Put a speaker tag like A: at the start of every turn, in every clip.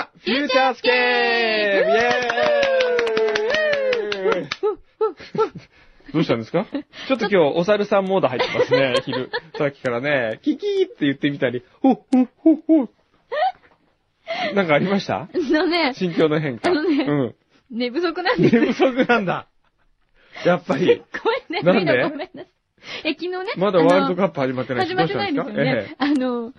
A: アスケープイエーイどうしたんですかちょっと今日、お猿さんモード入ってま すね、昼。さっきからね、キキーって言ってみたり、ほっほっほっほっ。なんかありました
B: のね、
A: 心境の変化。
B: あのね
A: うん。
B: 寝不足なん
A: 寝
B: です。
A: 不足なんだ。やっぱり。
B: ごめんね、
A: なんで
B: ごめんなさい。え、昨日ね、
A: まだワールド
B: ッ
A: カップ始まってない
B: 始まってないんですよね。あの、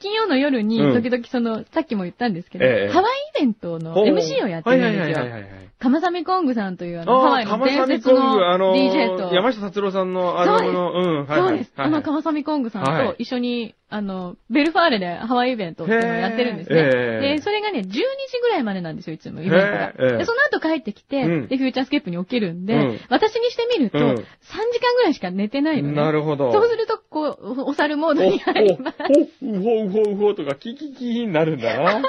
B: 金曜の夜に、
A: うん
B: 時々その、さっきも言ったんですけど、
A: ええ
B: ハワイイベントの MC をやってるんですよ。
A: はいはいはいはいはい。
B: カマサミコングさんというあの、ハ
A: あ
B: ワ
A: あ、
B: イ
A: か
B: の
A: まさ
B: 伝
A: み
B: 説
A: コング、
B: の
A: あの
B: DJ
A: ー、
B: と、
A: 山下達郎さんのアルバムの、うん、はいはい。
B: そうです。
A: は
B: あ
A: いは
B: の、
A: い
B: カマサミコングさん
A: はい
B: と一緒に、あの、ベルファーレでハワイイベントっていうのをやってるんです
A: へーええ
B: ね。で、それがね、12時ぐらいまでなんですよ、いつも、イベント
A: へ
B: が。
A: ーええ
B: で、その後帰ってきて、
A: うん
B: で、フューチャースケープに起きるんで、
A: うん
B: 私にしてみると、
A: うん
B: 3時間ぐらいしか寝てないのね。
A: なるほど。
B: そうすると、こう、おお猿モードに入ります。
A: おおうほうほうほうとか、キキキになるんだな。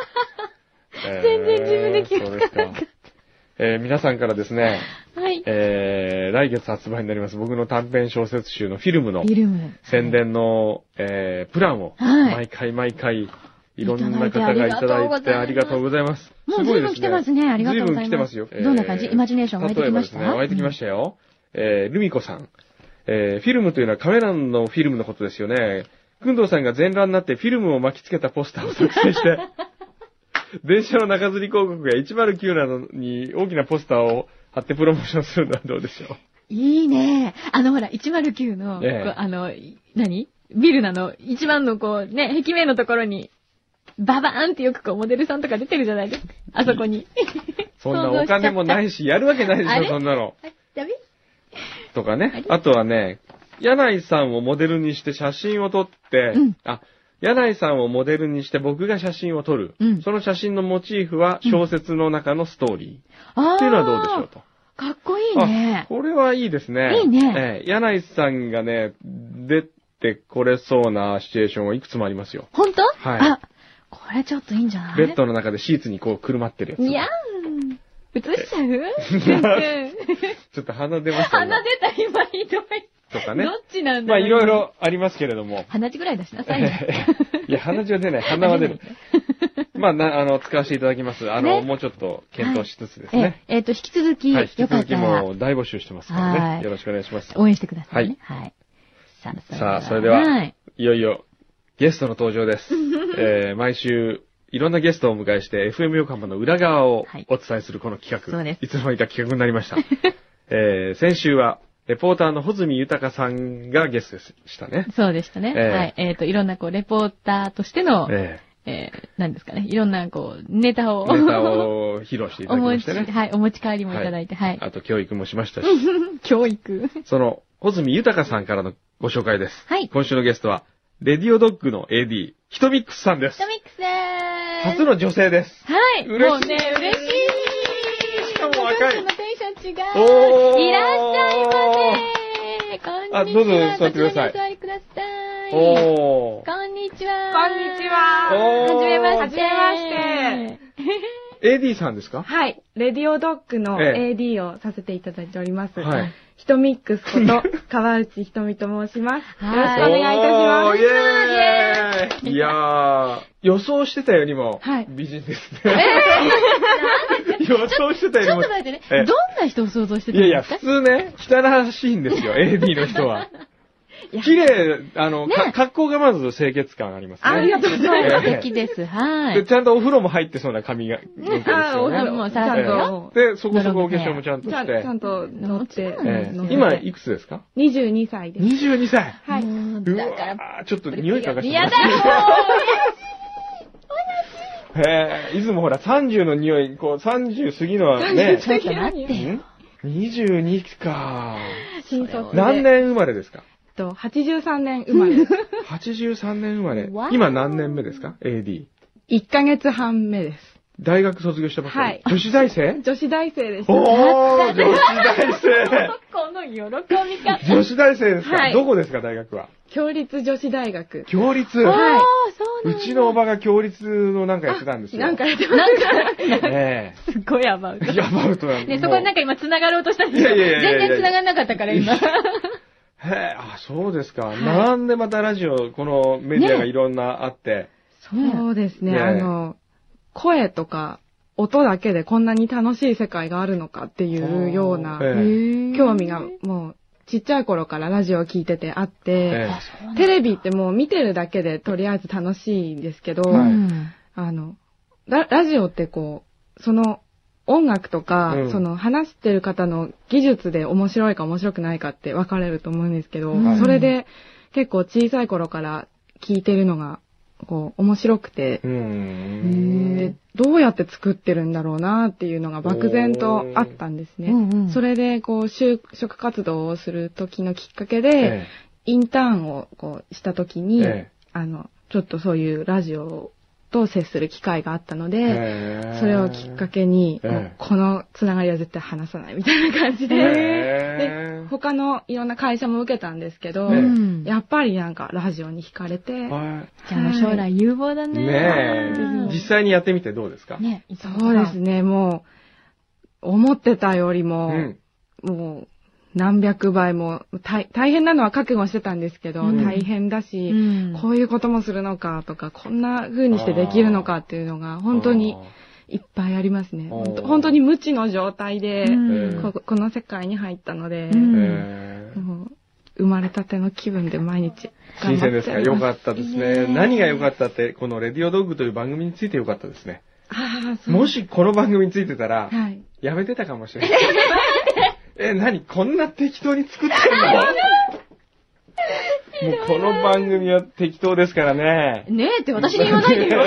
B: 全然自分で気がつかな
A: えー
B: か
A: そうで
B: っ
A: すえー皆さんからですね、
B: た。はい。
A: えー来月発売になります僕の短編小説集のフィルムの
B: フィルム。
A: 宣伝の、えープランを、
B: はい
A: 毎回毎回、いろんない
B: た
A: 方
B: だいて
A: がいただいてあ
B: あ
A: り
B: り
A: が
B: が
A: と
B: と
A: う
B: う
A: ございます。
B: もう
A: すごいで
B: 随分
A: すね
B: 来てますねありがとうございます
A: 随分来てますよ。えー
B: どんな感じイマジネーション湧いてきました
A: 例えばですね、湧いてきましたよ。えールミコさん。えーフィルムというのはカメラのフィルムのことですよね。くんどうさんが全裸になってフィルムを巻きつけたポスターを作 成して、電車の中吊り広告や109などに大きなポスターを貼ってプロモーションするのはどうでしょう。
B: いいね。あの、ほら、109の、
A: ええ
B: こうあの、い何ビルなの、一番のこう、ね、壁面のところに、ババーンってよくこう、モデルさんとか出てるじゃないですか。あそこに。。
A: そんなお金もないいし、やるわけない
B: あ
A: で
B: れ
A: しょ、そんなの。
B: あダメ
A: とかね。あとはね、柳井さんをモデルにして写真を撮って、
B: うん
A: あ、柳井さんをモデルにして僕が写真を撮る。
B: うん
A: その写真のモチーフは小説の中のストーリ
B: あ
A: ー。
B: あ。
A: っていうのはどうでしょうと。
B: かっこいいね
A: あ。これはいいですね。
B: いいね
A: ええ柳井さんがね、出てこれそうなシチュエーションはいくつもありますよ。
B: ほんと
A: はい
B: あ、これちょっといいんじゃない
A: ベッドの中でシーツにこうくるまってるやつ。
B: にゃん。映しちゃうくん くん
A: ちょっと鼻出ましたね。
B: 鼻出た今ひどい。
A: とかね
B: ど。っちなんだ
A: まあいろ
B: ろ
A: い
B: う。
A: ろありますけれども。
B: 鼻血ぐらい出しなさいね。
A: いや、鼻血は出ない。鼻は出る。まあ、な、 あの、使わせていただきます。あ
B: ね
A: の、もうちょっと検討しつつです
B: え
A: ね。、
B: えっと、引き続き、
A: はい、引
B: よ
A: き
B: かっ
A: 続
B: た
A: き
B: ら
A: もう大募集してますから
B: は
A: ね。
B: い
A: よろしくお願いします。
B: 応援してくださいね。はい。さあ
A: さあ、それでは、
B: はいい、
A: よいよ、ゲストの登 場です。えー毎週、いろんなゲストをお迎えして、FM 横浜の裏側を
B: はい
A: お伝えするこの企画。
B: そうです
A: いつの間にか企画になりま した。えー先週は、レポーターの穂積豊さんがゲストでしたね。
B: そうでしたね。
A: ええ
B: はい。えっ、と、いろんな、こう、レポーターとしての、え
A: え
B: 何ですかね。いろんな、こう、ネタを、
A: ーネタ を披露していた
B: お
A: だきま
B: 持
A: し
B: ち、
A: てね。
B: はい、お持ち帰りもいただいて、はい。
A: あと教育もしましたし、
B: 教育。
A: その、穂積豊さんからのご紹介です。
B: はい
A: 今週のゲストは、レディオドッグの AD、ヒトミックスさんです
B: ト。ミックスでーす。
A: 初の女性です。
B: はい。
A: 嬉しい
B: もうね、嬉しい。
A: しかも若い
B: この人のテンション違
A: おー
B: う。いらっしゃいませ。こんにちは。
A: あどうぞ座ってください
B: こちらにお座りください。
A: お
B: こ
A: ー。
B: んにちは。
C: こんにちは
A: おー
B: はじめまして。
C: はじめまして。
A: AD さんですか
C: はい。レディオドッグの
A: え
C: AD をさせていただいております。
A: はい。
C: ヒトミックスこと、 川内ひとみと申します。
B: はい
C: よろしくお願いいたします。
A: ます。イェーイいやー、予想してたよりも
C: はい、
A: 美人ですね。 予想してた
B: ち
A: よ
B: ょっ
A: りも
B: と待ってね。
A: ええ
B: どんな人を想像して
A: い
B: たん
A: やい
B: で
A: や、
B: すか
A: 普通ね、汚らしいんですよ、AD の人は。綺麗、あの、か
B: ね
A: 格好がまず清潔感ありますね。
C: ありがとうござい
A: え
C: ま
A: え
C: す。
B: 素敵です。は
A: で、
B: い。
A: ちゃんとお風呂も入ってそうな髪が、です
C: あー
A: よ
C: お
A: ね
C: 風
B: あも
C: 呂
B: う
C: ち
B: さら
C: ゃ
B: っと
C: んと、
A: で、そこそこお化粧もちゃんと
C: ちゃ
A: し
C: ん
A: て。
C: ちゃんと乗って
B: もち、ろん
A: ええ
C: 乗って
A: 今、いくつですか
C: 22歳です。
A: ?22 歳。
C: はい。
B: もう
A: う
B: だから、
A: わーちょっと匂い嗅がして
B: 嫌だよ
A: へえ、いつもほら30の匂い、こう30過ぎのはね
B: ち、ょっと待ってよ。
A: ん ?22 か。
C: 新卒で。
A: 何年生まれですか
C: えっと、83年生 まれ。
A: ?83 年生まれ
B: わ。ー
A: 今何年目ですか ?AD。
C: 1ヶ月半目です。
A: 大学卒業してますよ
C: はい
A: 女子大生
C: 女子大生です。
A: おー、女子 大
B: この喜び
A: 生。女子大生ですか、
C: はい
A: どこですか大学は。
C: 共立女子大学。
A: 共立。
C: はい
B: おー、そう
A: う
B: なんだ
A: ちのおばが共立のなんかやってたんですよ。
C: なんかやってます。
B: なんか、
A: え
B: すっごいアバウ
A: え
B: ト。
A: ヤバウトなん
B: ね、そこになん
A: か。
B: か今繋がろうとしたんですけど、
A: いやいや
B: 全
A: いやいや
B: 然繋がんなかったから今。
A: へえ、あ、そうですか。なんでまたラジオ、このメディアがいろんなあって。
C: そうですね、
A: ねえ
C: あの、声とか、音だけでこんなに楽しい世界があるのかっていうような
A: ええ
C: 興味がもうちっちゃい頃からラジオを聞いててあって、
A: え
D: あそうなんだ
C: テレビってもう見てるだけでとりあえず楽しいんですけど、
A: はい
D: うん
C: あの、ララジオってこう、その音楽とか、
A: うん
C: その話してる方の技術で面白いか面白くないかって分かれると思うんですけど、
D: はい
C: それで結構小さい頃から聞いてるのが、こう、面白くて、
A: うー
C: で
A: ん。
C: どうやって作ってるんだろうなっていうのが漠然とあったんですね。
D: うんうん
C: それで、こう、就職活動をする時のきっかけで、
A: え
C: インターンをこうした時に、
A: ええ
C: あの、ちょっとそういうラジオと接する機会があったの
A: え
C: で、
A: え
C: それをきっかけに、
A: ええ
C: もうこのつながりは絶対離さないみたいな感じで、
A: ええ
C: で他のいろんな会社も受けたんですけど、
A: ええ
D: うん
C: やっぱりなんかラジオに惹かれて、
A: は
D: じゃあもう将来有望だ
A: い。
D: ね。
A: ね
D: うん
A: え。実際にやってみてどうですか
D: ね、
C: そうですね、もう、思ってたより
A: う
C: も、
A: ん。
C: もう、何百倍も、大大変なのは覚悟してたんですけど、
D: うん
C: 大変だし、
D: うん。
C: こういうこともするのかとか、こんな風にしてできるのかっていうのが、本当にいっぱいありますね。
A: あー
C: 本当本当に無知の状態で、
D: うん
C: ここの世界に入ったので、
D: うん
A: ええ
C: もう生まれたての気分で毎日
A: 新
C: 頑張って
A: 鮮ですか良か
C: っ
A: ったです
D: いいね
A: ね。何が良かったって、このレディオドッグという番組について良かったですね。
C: た。ああ、そう。
A: もしこの番組についてたら、
C: はい。
A: やめてたかもしれない。え、何こんな適当に作ってんのもうこの番組は適当ですからね。
D: ねえって私に言わないでよ。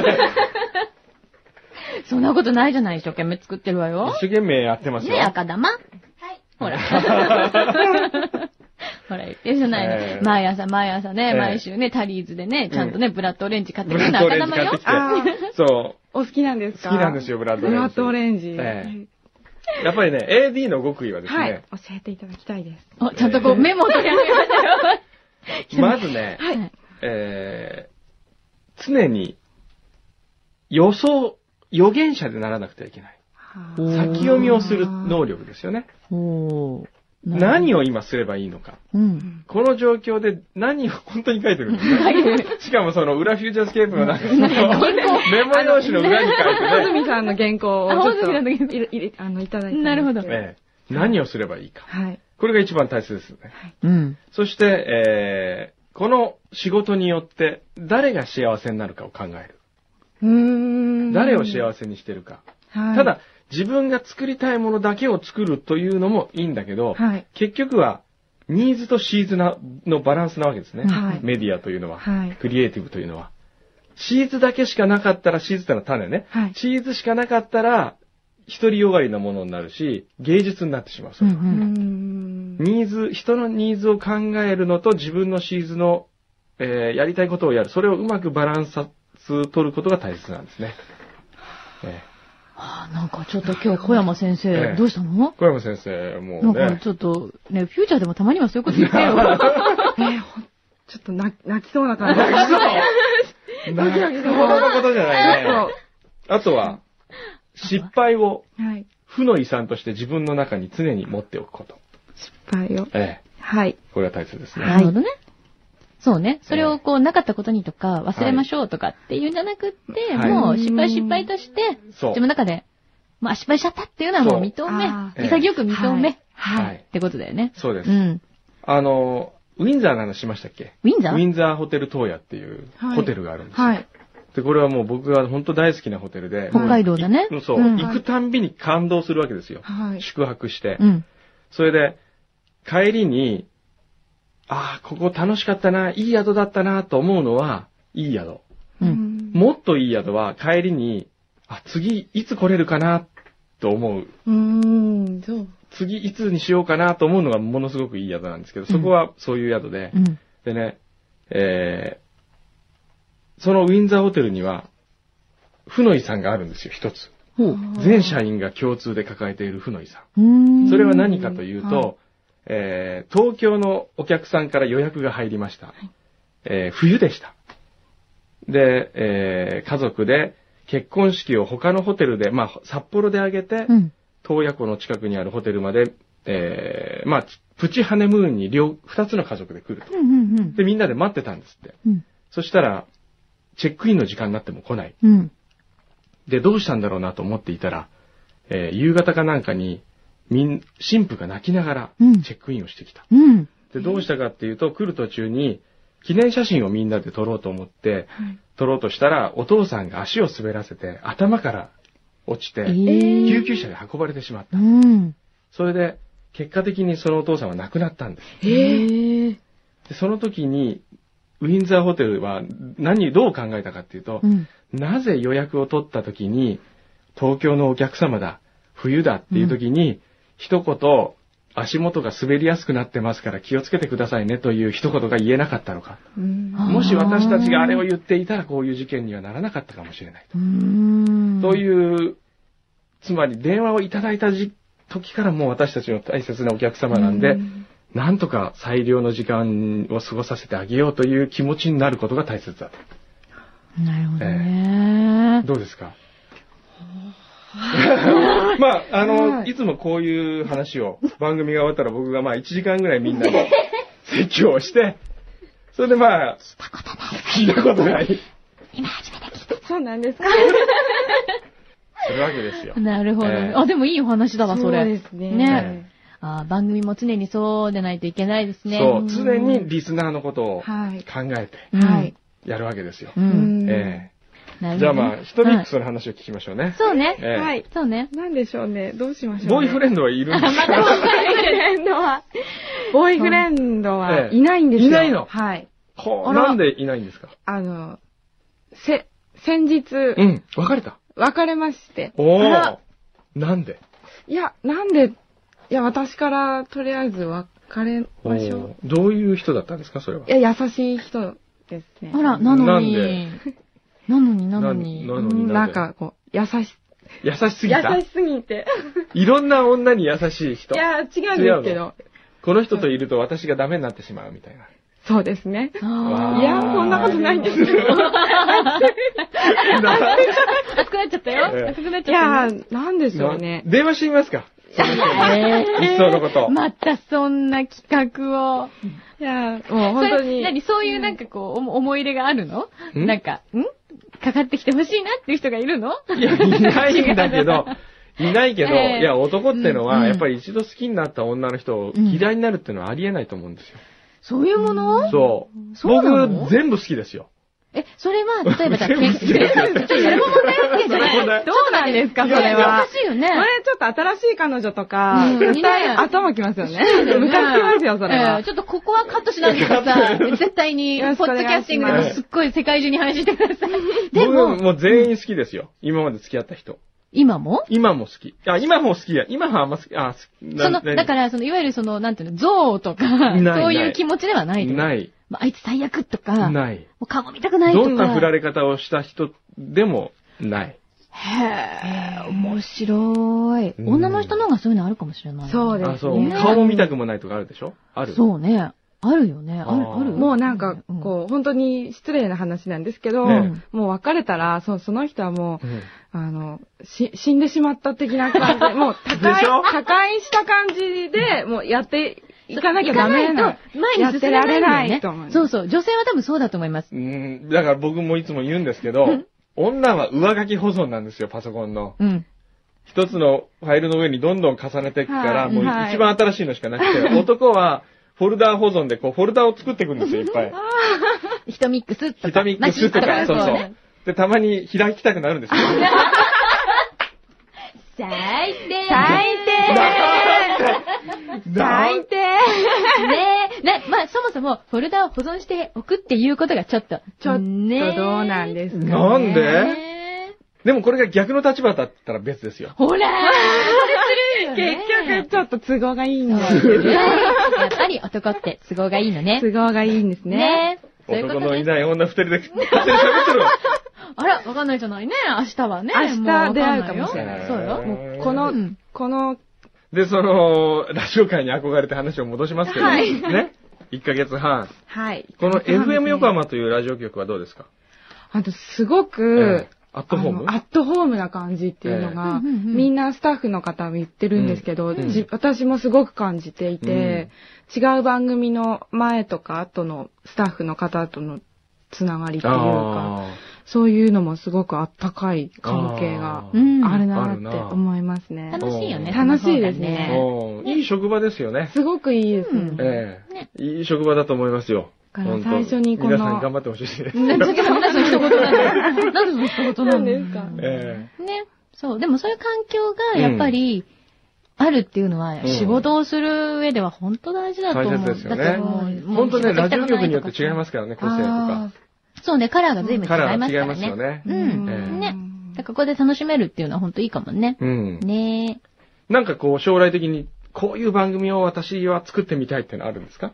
D: そんなことないじゃない、一生懸命作ってるわよ
A: 一。生懸命やってますよ。
D: ねえ、赤玉。はい。ほら。 ほら、言ってるじゃないの、
A: ええ
D: 毎朝毎朝ね、
A: ええ
D: 毎週ね、タリーズでね、ちゃんとね、ブラッドオレンジ買ってくるの
A: ブ
D: 赤
A: ラッド
D: 玉
A: オレンジ買って
D: よ
A: き。て
C: あ
A: そ
C: あ、お好きなんですか
A: 好きなんですよブラッドオレンジ
C: ブラッドオレンジ。
A: えう。やっぱりね、AD の極意はですね、
C: はい。教えていただきたいです。
D: お、ちゃんとこうメモを取り上げましたよ。
A: まずね、
D: はい。
A: えー、常に予想、予言者でならなくてはいけない。
C: はあ
D: おー
A: 先読みをする能力ですよね。
D: おー。
A: 何
D: を
A: を今すればいいのか。
D: うん。
A: この状況で何を本当に書いてるんですね
D: 書いてる。
A: しかもその裏フューチャースケープのなんかそのメモ用紙の裏に書い
C: 穂
A: てね。
C: 積さんの原稿をち
D: あ
C: ょっと
D: 穂積さんの原稿
C: 入れ入れあのいただいたんですけ
D: なるほど。
A: ええ何をすればいいか。
C: はい。
A: これが一番大切ですよね。
D: うん。
A: そして、えー、この仕事によって誰が幸せになるかを考え
C: うーん
A: る。誰を幸せにしてるか。
C: はい
A: ただ、自分が作りたいものだけを作るというのもいいんだけど、
C: はい。
A: 結局はニーズとシーズなのバランスなわけですね。
C: はい
A: メディアというのは、
C: はい
A: クリエイティブというのは。シーズだけしかなかったら、シーズってのは種ね。
C: はい
A: シーズしかなかったら、独りよがりなものになるし、芸術になってしまう。それは
C: うー
D: ん。
C: ん
A: ニーズ、人のニーズを考えるのと自分のシーズの、えーやりたいことをやる。それをうまくバランスを取ることが大切なんですね。え
D: あなんかちょっと今日小山先
A: え
D: 生、
A: え
D: どうしたの
A: ー小山先生、も
D: な
A: うん
D: か
A: ね。
D: ちょっと、ね、フューチャーでもたまにはそういうこと言ってよ。
C: ちょっと泣泣きそうな感じ。泣き
A: なるほどのことじゃないね。あとは、失敗を
C: はい。
A: 負の遺産として自分の中に常に持っておくこと。
C: 失敗を。
A: ええ。
C: はい。
A: これは大切ですね。
D: なるほどね。そうね。それをこう、なかったことにとか、忘れましょうとかっていうんじゃなくって、
A: はい
D: もう
C: はい
D: 失敗失敗として、
A: そう
D: 自分の中で、まあ失敗しちゃったっていうのはもう認
C: あ
A: ー
D: め、潔く認め、
C: はい
A: はい
D: ってことだよね。
A: そうです。
D: うん。
A: あの、ウィンザーの話しましたっけ
D: ウィン
A: ウ
D: ザー
A: ィンザーホテル東野っていう
C: はい
A: ホテルがあるんですよ。
C: はい。
A: で、これはもう僕が本当大好きなホテルで。
D: 北海道だね
A: いそう、
D: うん
A: 行くたんびに感動するわけですよ。
C: はい。
A: 宿泊して。
D: うん。
A: それで、帰りに、ああ、ここ楽しかったな、いい宿だったな、と思うのは、いい宿。
D: う。
C: うんん
A: もっといい宿は帰りに、あ、次いつ来れるかなと思う。
C: うーん、そう。
A: 次いつにしようかなと思うのがものすごくいい宿なんですけど、そこはそういう宿で
D: う。ん。
A: でね、えー、そのウィンザーホテルには、負の遺産があるんですよ、一つ。
D: ほう。
A: 全社員が共通で抱えている負の遺産。
D: うーん
A: それは何かというと、
C: はい
A: えー東京のお客さんから予約が入りました。えー冬でした。で、えー家族で結婚式を他のホテルで、まあ、札幌で挙げて、
D: うん。
A: 洞爺湖の近くにあるホテルまで、えーまあ、プチハネムーンに両、二つの家族で来ると。
D: うんうんうん。
A: で、みんなで待ってたんですって。
D: うん。
A: そしたら、チェックインの時間になっても来ない。
D: うん。
A: で、どうしたんだろうなと思っていたら、えー夕方かなんかに、みん、神父が泣きながら、
B: うん
A: チェックインをしてきた。
B: うん。
A: で、どうしたかっていうと、来る途中に、記念写真をみんなで撮ろうと思って、撮ろうとしたら、お父さんが足を滑らせて、頭から落ちて、
B: えー
A: 救急車で運ばれてしまった。
B: うん。
A: それで、結果的にそのお父さんは亡くなったんです。
C: えー、
A: でその時に、ウィンザーホテルは何、どう考えたかっていうと
B: う、ん。
A: なぜ予約を取った時に、東京のお客様だ、冬だっていう時に、一言、足元が滑りやすくなってますから気をつけてくださいねという一言が言えなかったのか。
C: うん
B: あー
A: もし私たちがあれを言っていたらこういう事件にはならなかったかもしれない。
B: うん。
A: と
B: う。
A: いう、つまり電話をいただいた時時からもう私たちの大切なお客様なんで、なんとか最良の時間を過ごさせてあげようという気持ちになることが大切だと。
B: なるほどね。
A: どうですかまあ、あ
C: は
A: の、
C: い
A: いつもこういう話を、番組が終わったら僕がまあ1時間ぐらいみんなに説教をして、それでまあ、聞いたことない。聞いたことない。
C: そうなんですか
A: するわけですよ。
B: なるほど。
A: ええ
B: あ、でもいいお話だわ、それ。
C: そうですね。
B: ねあー番組も常にそうでないといけないですね。
A: そう、常にリスナーのことを考
C: はい。
A: えて
B: うん
C: はい。
A: やるわけですよ。
B: う。
C: うんん
A: え
B: なるほどね。
A: えじゃあまあ、一人
B: は
A: っ
B: い
A: くその話を聞きましょうね。
B: そうね。
A: ええ
C: はい。
B: そうね。
C: なんでしょうね。どうしましょう、ね。
A: ボーイフレンドはいるんですか
C: ボーイフレ ンドは、ボーイフレンド
A: え
C: は
A: え
C: いないんですよ。
A: いないの
C: はい。
A: こう
B: あら
A: なんでいないんですか
C: あの、せ、先日
A: う、ん、別れた。
C: 別れまして。
A: お
B: あ
A: ー
B: ら
A: なんで
C: いや、なんで、いや、私からとりあえず別れ
A: お
C: ましょう
A: ー。どういう人だったんですかそれは。
C: いや、優しい人ですね。
B: あら、なのに。
A: なん
B: なのに、なのに。
A: な
C: う
A: のに
C: ん
A: な
C: なんん
A: で
C: かこう、優し、
A: 優しすぎ
C: 優
A: た
C: し。すぎて。
A: いろんな女に優しい人
C: い。や、違うんですけ
A: 違う
C: ど。
A: この人といると私がダメになってしまうみた いな。
C: そうですね。
B: あ
A: ー
C: いや、そんなことないんですけど。
E: あ熱くなっちゃったよ。
A: ええ
E: 熱くなっ
C: い
E: ちゃ
C: や
E: ったよ。
C: なんでしょうね。
A: な電話してみますか。
B: ーえ
A: いっそのこと
B: ー。 またそんな企画を。
C: いや、もう本当
E: それ
C: に。
E: 何そういうなんかこう、思思い入れがあるの
A: ん
E: なんか、んかかってきてほしいなっていう人がいるの
A: いや、いないんだけど、いないけど、
E: ええ
A: いや、男っての
B: うんう
A: は、
B: ん
A: やっぱり一度好きになった女の人を
B: うん
A: 嫌いになるってのはありえないと思うんですよ。
B: そういうもの
A: そう。
B: そうなの
A: 僕、全部好きですよ。
B: え、それは、例えばじゃあ、
A: 全部
B: けん それも問題ですけど
A: それも問
B: ね。
A: 題
B: どうなんですか、そ
C: いや
B: れ
C: い
B: は。
C: や
B: おかしいよね
C: こ。れちょっと新しい彼女とか
B: うん、
C: 絶対
B: ね
C: 頭きますよね。ムカつきますよ、それ
B: え
C: は
B: ー。ちょっとここはカットしないでください。絶対に、ポ
C: よ
B: ッ
C: ろしくお
B: ド
C: 願
B: キ
C: いします
B: ャスティングでもすっごい世界中に配信してください。で
A: 僕、
B: も、
A: もう全員好きですよ。今まで付き合った人。
B: 今も
A: 今も好き。あ、今も好きや。今はあんま好き。あ、好き。、
B: その、だからら、その、いわゆるその、なんていうの、憎悪とか、
A: ないない
B: そういう気持ちではないと。
A: ない。
B: まあ、あいつ最悪とか、も
A: ない。
B: う顔見たくないとか。
A: どんな振られ方をした人でもない。
B: へえ、面白い。
A: うん
B: 女の人の方がそういうのあるかもしれない。
C: そう
A: あ、
C: です
A: そう。
B: ね
A: 顔も見たくもないとかあるでしょある。
B: そうね。あるよね。ある
A: あ、ー
B: ある。
C: もうなんか、
B: うん
C: こう、本当に失礼な話なんですけど、
A: ね
C: もう別れたら、そうその人はも
A: う
C: う、
A: ん。
C: あの、し死んでしまった的な感じで、もう、他
A: でしょ
C: 界、他界した感じで、もうやっていかなきゃダ
B: 行
C: メ
B: かな。
C: ない
B: と、前に進められないんだよね。
C: やってられないと思う
B: そうそう。女性は多分そうだと思います。
A: うん、だから僕もいつも言うんですけど、女は上書き保存なんですよ、パソコンの。
B: うん。
A: 一つのファイルの上にどんどん重ねていくから、
C: はい
A: もう
C: はい
A: 一番新しいのしかなくて、男はフォルダー保存でこう、フォルダーを作っていくんですよ、いっぱい。
B: ヒトミックスとか。
A: ヒトミックスと
B: マ
A: か、
B: ジ
A: そうそ
B: ね
A: う。で、たまに開きたくなるんですよ。
B: 最低。
C: 最低最低
B: ねえ。ね、まあそもそもフォルダを保存しておくっていうことがちょっと。
C: ちょっとどう
B: ねえ
C: なんですかね。
A: なんで
B: ねえ
A: でもこれが逆の立場だったら別ですよ。
B: ほらーそれするよね
C: 結局、ちょっと都合がいいんだ。
B: ねやっぱり男って都合がいいのね。
C: 都合がいいんですね。
B: ねえ。そういうこ
A: 男
B: と
A: のい
B: ね。
A: ない女二人で勝手に喋ってるわ。
B: あら、わかんないじゃないね。明日はね。
C: 明日出会うかもし
B: れ
C: れ
B: な
C: ないい
B: よ。そうよ。もう
C: この
B: うん、
C: この、
A: で、その、ラジオ界に憧れて話を戻しますけど、
C: はい
A: ね。1ヶ月半。
C: はい。
A: この
C: そうなんですね
A: FM 横浜というラジオ局はどうですか
C: あと、すご
A: ええ、
C: く
A: アットホーム
C: あのアットホームな感じっていうのが、
B: ええうんうんうん
C: みんなスタッフの方も言ってるんですけど、
A: ん
C: じ私もすごく感じていて、違う番組の前とか後のスタッフの方とのつながりっていうか、
A: あ
C: そういうのもすごくあったかい関係
A: あ
C: が
A: ー
B: うん
C: ある
A: あ
C: な
A: るな
C: って思いますね。
B: 楽しいよね。
C: 楽しいですね
B: その方が
A: うんいい職場ですよね。
C: すごくいいですね。
B: うん
C: だ
A: ええいい職場だと思いますよ。
C: から
A: 本当
C: 最初にこ
A: 皆さん
C: の
A: に頑張ってほしいです。
B: ね。ちょっと皆さん一言なんで、なんでその一言なんですか
A: え
B: ね。そう。でもそういう環境がやっぱり、あるっていうのは、
A: ん
B: 仕事をする上では本当大事だと思う。
A: 大切ですよね
B: だってもう
A: え本当ね、ラジオ局によって違い
B: す。
A: ますからね、個性とか。
B: そうね、カラーが随分違い
A: カラー
B: ま
A: が
B: す
A: 違
B: か
A: い
B: ら
A: ますよ
B: ね。
A: ね。
B: う
A: え
B: ん。
A: え
B: ね。だからここで楽しめるっていうのは本当いいかもね。
A: うん。
B: ね
A: なんかこう、将来的に、こういう番組を私は作ってみたいってのあるんですか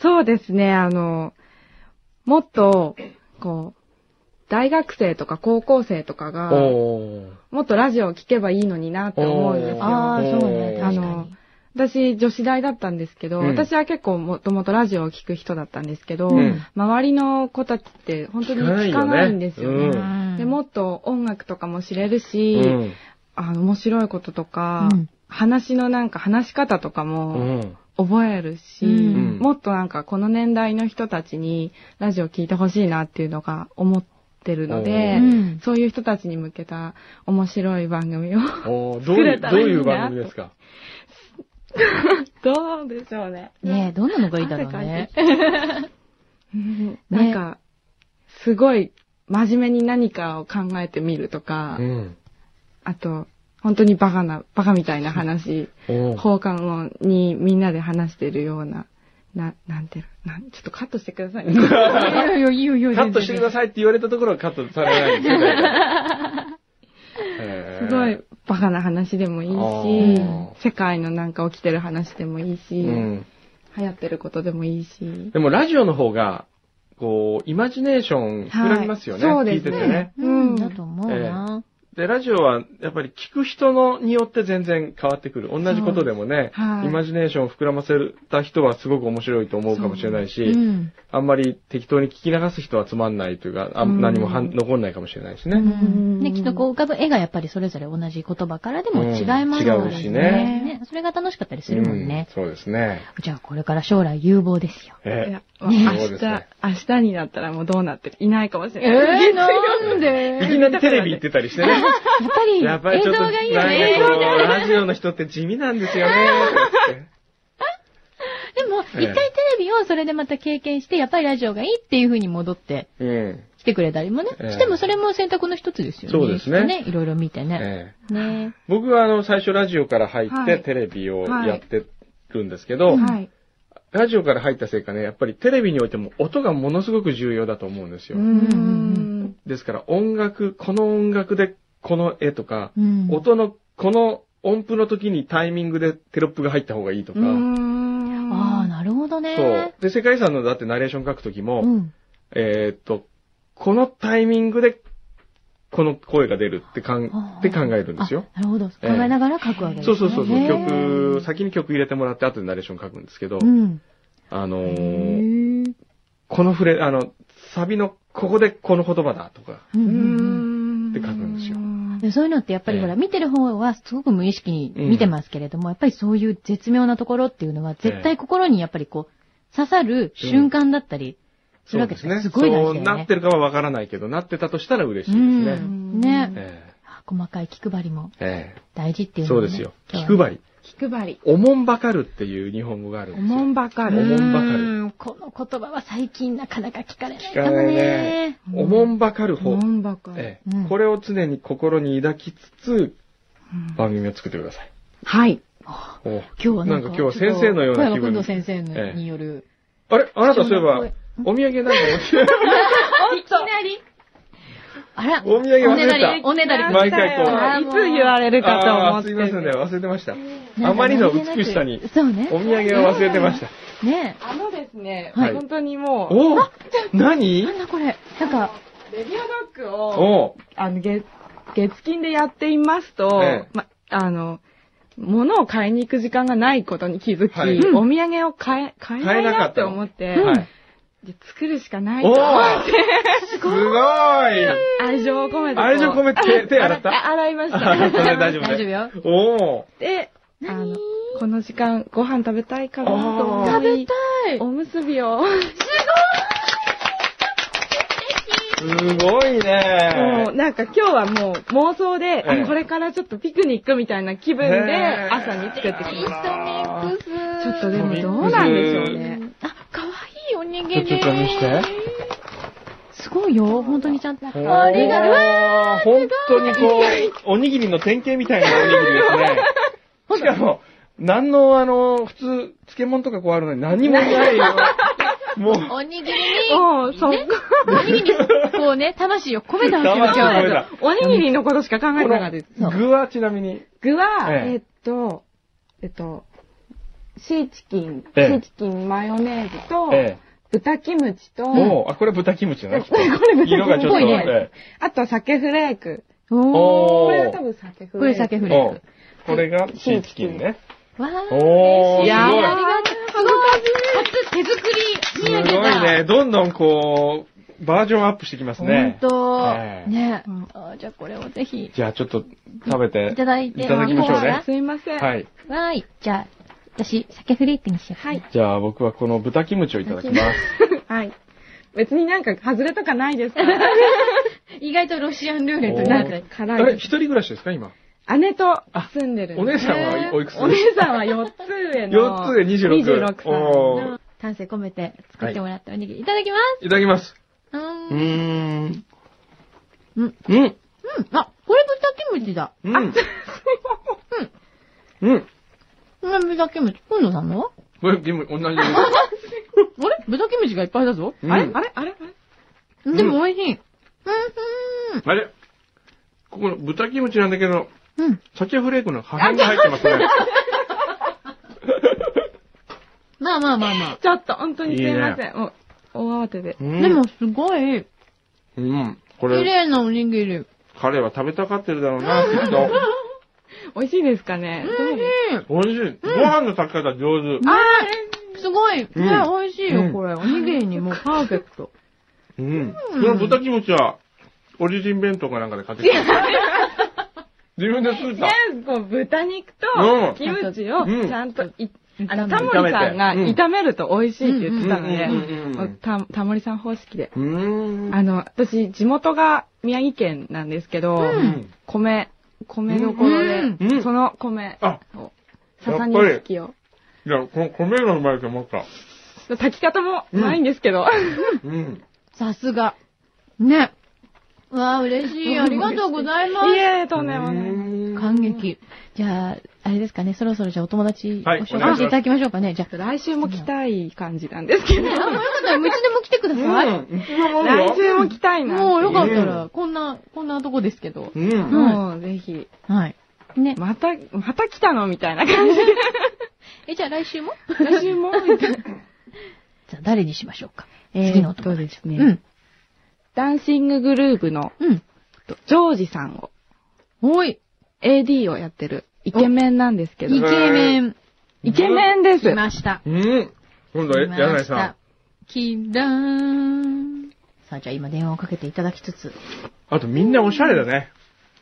C: そうですね、あの、もっと、こう、大学生とか高校生とかが、
A: おー。
C: もっとラジオを聴けばいいのになって思うんです
A: お
C: よ。
A: ー
B: ああ、そうね。
C: あ
B: 確か
C: の
B: に。、
C: 私、女子大だったんですけど、
A: うん
C: 私は結構もともとラジオを聴く人だったんですけど、
A: うん
C: 周りの子たちって本当に聞かないんですよね。
A: 聞かないよね
B: うん
C: でもっと音楽とかも知れる
A: う
C: し、
A: ん。
C: あの、面白いこととか、
B: うん
C: 話のなんか話し方とか
A: う
C: も
A: ん。
C: 覚えるし、
B: うん
C: もっとなんかこの年代の人たちにラジオ聞いてほしいなっていうのが思ってるので、
B: うん
C: そういう人たちに向けた面白い番組を、
A: おーどういう、どういう番組ですか
C: どうでしょうね。
B: ねえ、どんなのがいいだろうね。
C: うんなんか、すごい真面目に何かを考えてみるとか、
A: うん。
C: あと、本当にバカな、バカみたいな話、
A: おー
C: 交換音にみんなで話してるような、な、なんていうのなん、ちょっとカットしてくださいね。
B: いやいやいやいやいや
A: カットしてくださいって言われたところはカットされないんですよ大体
C: すご
A: へ
C: いバカな話でもいいし
A: あ、
C: 世界のなんか起きてる話でもいいし、
A: ーうん。
C: 流行ってることでもいいし。
A: でもラジオの方が、こう、イマジネーション膨らみますよね。
C: はいそうです
A: 聞
C: ね
A: いててね。
B: うん、だと思うな。
A: で、ラジオはやっぱり聞く人のによって全然変わってくる。同じことでもね、
C: はい
A: イマジネーションを膨らませた人はすごく面白いと思うかもしれないし、
B: うん。
A: あんまり適当に聞き流す人はつまんないというか、あ
C: うん
A: 何もはん残んないかもしれない
B: う
A: しね。
B: んね、きっとこう浮かぶ絵がやっぱりそれぞれ同じ言葉からでも違います
A: うん
B: もん
A: 違うしね
B: ねそれが楽しかったりするもんね。
A: うんそうですね。
B: じゃあこれから将来有望ですよ。
C: い
A: え
C: や、明
A: そうです
C: 日
A: ね、
C: 明日になったらもうどうなってるいないかもしれない。
B: えー、 なんで
A: えいきなりテレビ行ってたりして ね。や
B: や
A: っ
B: っ
A: ぱ
B: ぱり
A: り
B: 映
A: ちょ
B: 像
A: っと、
B: がいいよ
A: なん
B: ね。
A: かこうラジオの人って地味なんですよ ね。
B: でも、一
A: ええ
B: 回テレビをそれでまた経験して、やっぱりラジオがいいっていう風に戻って
A: うん。
B: 来てくれたりもね。
A: ええ
B: してもそれも選択の一つですよね。
A: そうですね
B: きっとね、いろいろ見てね。
A: ええ
B: ね
A: 僕はあの、最初ラジオから入っ
C: は
A: て
C: い
A: テレビをやってるんですけど、
C: はい。
A: ラジオから入ったせいかね、やっぱりテレビにおいても音がものすごく重要だと思うんですよ。
B: ん
C: うん。
A: ですから音楽、この音楽でこの絵とか、
B: うん。
A: 音のこの音符の時にタイミングでテロップが入った方がいいとか、
C: うん
B: ああ、なるほどね。
A: そう。で、世界遺産のだってナレーション書く時も、
B: うん。
A: えーっと、このタイミングでこの声が出るってかん
B: あー
A: って考えるんですよ。
B: あなるほど。考
A: ええ
B: えながら書くわけです
A: そう
B: ね。
A: そうそうそう、
B: ね
A: 曲、先に曲入れてもらって後でナレーション書くんですけど、
B: うん。
A: あの
B: へ
A: ー
B: ー
A: このフレ、あの、サビのここでこの言葉だとか、
B: う。
C: うんん。
A: って書くんですよ
B: でそういうのってやっぱりほ
A: え
B: ら、
A: え
B: 見てる方はすごく無意識に見てますけれども、やっぱりそういう絶妙なところっていうのは絶対心にやっぱりこう、刺さる瞬間だったりするわけですね。すごい大
A: そう
B: 事だよ
A: なっ
B: ね
A: て。るかはわからないけど、なってたとしたら嬉しい
B: う
A: です
B: ん
A: ね。
B: ね
C: うん
A: え
B: あ細かい気配りも
A: ええ
B: 大事って
A: え
B: いう
A: そ
B: の
A: う
B: もね、
A: ですよ。気
B: 今日は
A: 配り。
C: 気配り。
A: おもんばかるっていう日本語がある
C: お
A: んですよ。
C: もんばか
A: おも
C: る。
A: んばかる
B: うんこの言葉は最近なかなか聞かれない
A: 聞
B: か
A: か
B: も
A: ない
B: ね
A: ね。。おもんばかる
C: お
A: 方
C: も。んばかる。
A: ええ
B: うん
A: これを常に心に抱きつつ、
C: うん
A: 番組を作ってください。
C: はい。
A: お
B: 今日はなん
A: なん
B: か
A: か今日は先生のような
B: 小山
A: 気分
B: 君と先生のによる。
A: あれあなたそういえば
B: 貴重な声、
A: お土産なんか持って、
B: いきなりあら、
A: お土産忘
B: ねだ
A: れ
B: り、おねだり。
A: 毎回こう
C: いつ言われるかと思
A: た。あー
C: って。
A: すいませんね、忘れてました。あまりの美しさに、
B: そうね。
A: お土産を忘れてました。
B: ね
C: あのですね、
A: はい
C: 本当にもう、
A: お何
B: え。なんだこれ。なんか、
C: レディオドッグを、
A: お
C: あの、月、月金でやっていますと、
A: ええ
C: ま、あの、物を買いに行く時間がないことに気づき、
A: はい
C: お土産を買え、買えないなって思って、
A: はい。
C: で作るしかないと
A: お
C: 思
A: ー
C: って、
A: すごい
C: 愛情を込めてこう。
A: 愛情込めて手洗った
C: あ洗いまし
A: あ洗ったね
C: た。
A: 大丈夫ね。
B: 大丈夫よ。
A: おー
C: で、あの、この時間ご飯食べたいかなと思い、
B: 食べたい。
C: おむすびを。
B: 素敵
A: すごい
C: もう
A: ね。
C: なんか今日はもう妄想で、
A: ええ
C: あこれからちょっとピクニックみたいな気分で
A: へえ
C: 朝に作ってきました。
A: あ
D: ミックス。
C: ちょっとでもどうなんでしょうね。
D: あ、かわいいおにぎ
F: ちょ
D: り。
F: っとちょっと見して。
B: すごいよ、本当にちゃんと。
A: ー
D: ありがとう
A: わー本当にこう、おにぎりの典型みたいなおにぎりですね。しかも、何のあの、普通、漬物とかこうあるのに何もないよ。もう、
B: おにぎり
C: おうそっか。
B: に、おにぎりに、こうね、魂を込めたわけよ、
A: 魂を
B: 今
A: 込
B: 日
A: め
B: は。
A: だ
C: おにぎりのことしか考えてなかったです。
B: そう
A: 具はちなみに。
C: 具は、
A: ええ
C: えっと、えっと、シーチキン、シ
A: ええ
C: ーチキンマヨネーズと、
A: ええ。
C: 豚キムチと、
A: おうあ、これ豚キムチだね、きっと。色がちょっと。
B: ぽいね
A: ええ
C: あと鮭フレーク。
B: おー。
A: お
C: こ
A: ー
C: れは多分鮭フレーク。
B: これ鮭フレ
A: お
B: ー
A: うこれがシーチキンね。
B: わー。
A: おー、
B: い
A: す
B: や
C: ー
A: ごい。
B: ありがとう。すごい。初手作り
A: す
B: 土
A: ごい
B: 産だ。
A: ね。どんどんこう、バージョンアップしてきますね。
B: 本当。
A: ええ
B: ね
C: うん。
B: あーじゃあこれをぜひ。
A: じゃあちょっと食べて。
B: いただいて
A: いただきましょう
B: いいで
A: ね。
C: すいません。
A: はい。
B: わーい。じゃあ、私、鮭フレークにしよう。
C: はい。
A: じゃあ僕はこの豚キムチをいただきます。
C: はい。別になんか外れとかないですから。
B: 意外とロシアンルーレットになる
C: なん
B: くらい
C: か。
A: あ
C: 辛
A: れ、
C: いで
A: 一人暮らしですか今。
C: す。姉と住んでるんで
A: お姉さんはおいくつ
C: お姉さんは4つ上の。
A: 四つで26
C: 26歳。
A: おー
B: 丹精込めて作ってもらったおにぎり。いただきま
A: いただきます。
B: す。う
A: うー
B: ーん。
A: ん。
B: うん。
A: うん。
B: あ、これ豚キムチだ。
A: うん。うん。
B: これ豚キムチ。今度さんの
A: これ、でも同じです。
B: あれ豚キムチがいっぱいだぞ。
A: うん
C: あれあれあれあれ
B: でも美味しい。
A: あれここの豚キムチなんだけど、
B: うん。うん。
A: 鮭フレークの破片が入ってますね。
B: まあまあまあま
C: ちょっと、本当にすいません。もう、大慌てで。
A: うん
B: あ。でも、すごい、
A: うん。こ
B: 綺
A: れ、
B: 麗なおにぎり。
A: 彼は食べたがってるだろうな、きっと。
C: 美味しいですかねどう
B: う
A: 美味しい。ご飯の炊き方上
B: ん。あーすごい。これ美味しい
A: うん
B: よ、これ。おにぎりにもうパーフェクト。
A: 手。うん。その豚キムチは、オリジン弁当かなんかで買ってきた。自分で作った。
C: ねこう豚肉と
A: うん
C: キムチを
A: うん
C: ちゃんとい、あの、
B: 炒め
C: タモリさんが
A: 炒めて
C: 炒めると美味しいって言ってたので
A: うんうんうんうん
C: もうタ、タモリさん方式で。
A: うーん。
C: あの、私、地元が宮城県なんですけど、
A: ん
C: 米、米どころで、
A: うんうん
C: その米
A: あ、
C: を、
A: やっ
C: さ
A: ぱ
C: さ
A: り
C: に好きを。
A: いや、この米がうまいと思った。
C: 炊き方もないんですけど。
A: うん。
B: さすが。ね。わあ、嬉しい。ありがとうございま
C: い
B: す。
C: え、とんでもない。
B: 感激。じゃあ、あれですかね、そろそろじゃあお友達を
A: はい
B: 紹介していただきましょうかね。じゃあ、
C: 来週も来たい感じなんですけど。
B: あ、もうよかったら、うちでも来てくだ
A: う
B: さい。
A: ん。一番あるよ
C: 来週も来たいな。
B: もうよかった
A: う
B: ら、こんな、こんなとこですけど。
A: うん。
C: もうぜひ。
B: はい。ね。
C: また、また来たのみたいな感じで。
B: え、じゃあ来週も
C: 来週 もみたい な。
B: じゃあ誰にしましょうか。
C: え
B: 次の
C: ーっ
B: とこ。
C: とです
B: う
C: ね、
B: ん。
C: ダンシンググルーブの
B: うん。
C: ジョージさんを、
B: おい。
C: AD をやってるイケメンなんですけど
B: イ、ケメン。
C: イケメンです
B: 来。ました。
A: うん。今度、え柳井さ
B: ん。キラーン。さあ、じゃあ今電話をかけていただきつつ。
A: ん。あとみんなおしゃれだね。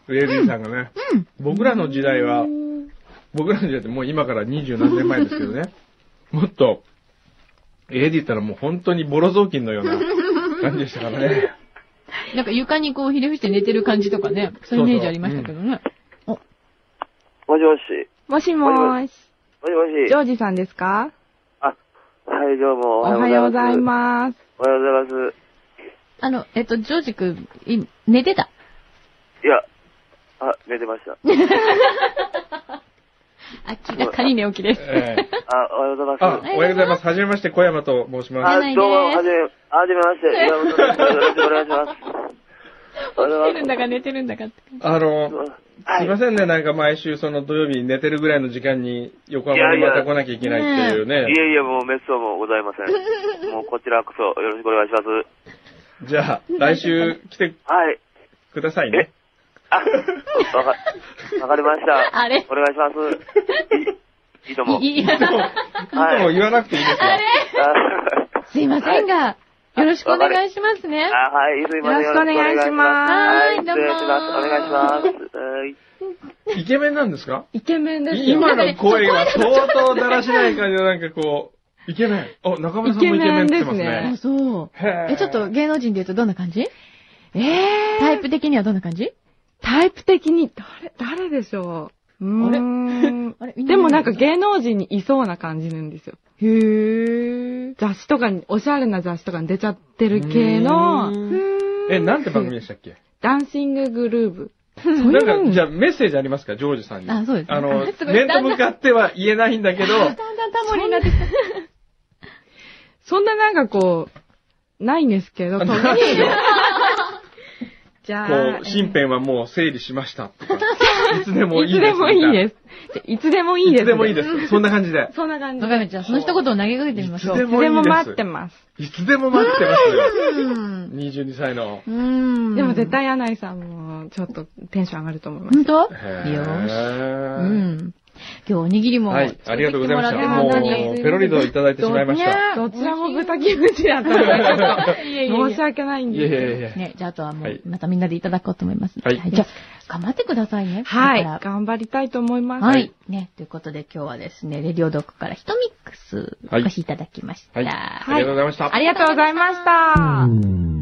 A: レディーさんがね。
B: うん。
A: 僕らの時代は、僕らの時代ってもう今から二十何年前ですけどね。もっと、AD 言ったらもう本当にボロ雑巾のような感じでしたからね。
B: なんか床にこうひれ伏して寝てる感じとかね。そういうイメージありましたけどね。
G: もしもし。
C: もしもーし。
G: もしもし。
C: ジョージさんですか
G: あ、はい、どうも。
C: お
G: お
C: は
G: は
C: よ
G: よ
C: う
G: う
C: ご
G: ご
C: ざ
G: ざ
C: い
G: います。
C: ます。
G: おはようございます。
B: あの、えっと、ジョージ君、い寝てた。
G: いや、あ、寝てました。
B: 明らかに寝起きです。
A: え え
G: あ、おはようござい
A: あ
G: ま、す。
A: おはようございます。はじめまして、小山と申します。
G: あ、
B: いね
G: どうも、はじめ、はじめまして。岩本ですよろしくお願いします。おはようご
D: 寝て
G: ざい
D: るん
G: ま
D: だか寝てるんだかって。
A: あの、
G: す。
A: すいま
G: は
A: せんね、なんか毎週その土曜日に寝てるぐらいの時間に横浜にまた来なきゃいけないっていうね。
G: い。いえいえ、もう、滅相もございません。もう、こちらこそ、よろしくお願いします。
A: じゃあ、来週来て
G: はい。
A: くださいね。
G: あ、わか、わかりました。
B: あれ
G: お願いします。いい、いいとも。
B: いい
A: いいとも言わなくていいですよ。
G: あ
B: すいませんが、よろしくお願いしますね。
G: あ、 はい、すいません。
C: よろしくお願いします
G: はい、
B: はいど
G: 失
B: うも
G: 礼します。お願いします。はい。
A: イケメンなんですか
C: イケメンですよ。
A: 今の声が相当だらしない感じのなんかこう、イケメン。あ、中村さんもイケメンって言ってます
C: イケメン
A: ね
B: あ、。そう。
A: へー
B: え、ちょっと芸能人で言うとどんな感じ
C: ええー、
B: タイプ的にはどんな感じ
C: タイプ的に、誰、誰でしょううーん
B: あれ
C: でもなんか芸能人にいそうな感じなんですよ。
B: へー。
C: 雑誌とかに、おしゃれな雑誌とかに出ちゃってる系の、
A: え、なんて番組でしたっけ
C: ダンシンググルーブ。
B: うい
A: な
B: うん
A: か、じゃあメッセージありますか、ジョージさんに。
B: あそうですね
A: あの、
D: すごい
A: 面と向かっては言えないんだけど、
B: だんだんタモリになってき
C: そんななんかこう、ないんですけど、特に。じゃあ
A: こ、う、身辺はもう整理しました とか。いつでもい
C: い
A: い
C: つ
A: です。
C: でもいいです。いつでもいい
A: み
C: で
A: たいつ
C: す。
A: でもいいです。そんな感じで。
C: す。そんな感じ
B: た。わかりました。じゃあその一言を投げかけてみましょ
A: いつで
B: う。
A: も
C: いつでも
A: いいです
C: 待ってます。
A: いつでも待ってます
B: うん。
A: よ。22歳の。
B: うん。
C: でも絶。対柳井さんも、ちょっとテンション上がると思います。
B: 本当よ
A: へ
B: ーし。う
A: ー
B: ん。今日おにぎりも。
A: はい、ありがとうございまし
B: 作
A: た。
B: って
A: も
B: も
A: う
B: らって、
C: もう
A: ペロリといただいてしまいました。
B: ね
C: どちらも豚キムチだったので、
D: いやい
C: ち
D: や
C: ょっと
D: い
C: 申し
D: や。
C: 訳ないん
A: い
C: で
A: や
C: す
A: い
C: けど。
A: やいや。
B: ね、じゃああとはも
A: は
B: う
A: い、
B: またみんなでいただこうと思います。
A: はい
B: じゃあ、頑張ってくださいね。
C: は
B: これか
C: い。頑張りたいと思いま
B: ら
C: す。
B: はい。ね、ということで今日はですね、レディオドッグからヒトミックス
A: はい
B: お越しいただきました。
A: はい、ありがとうございました。
C: ありがとうございました。
H: Mm.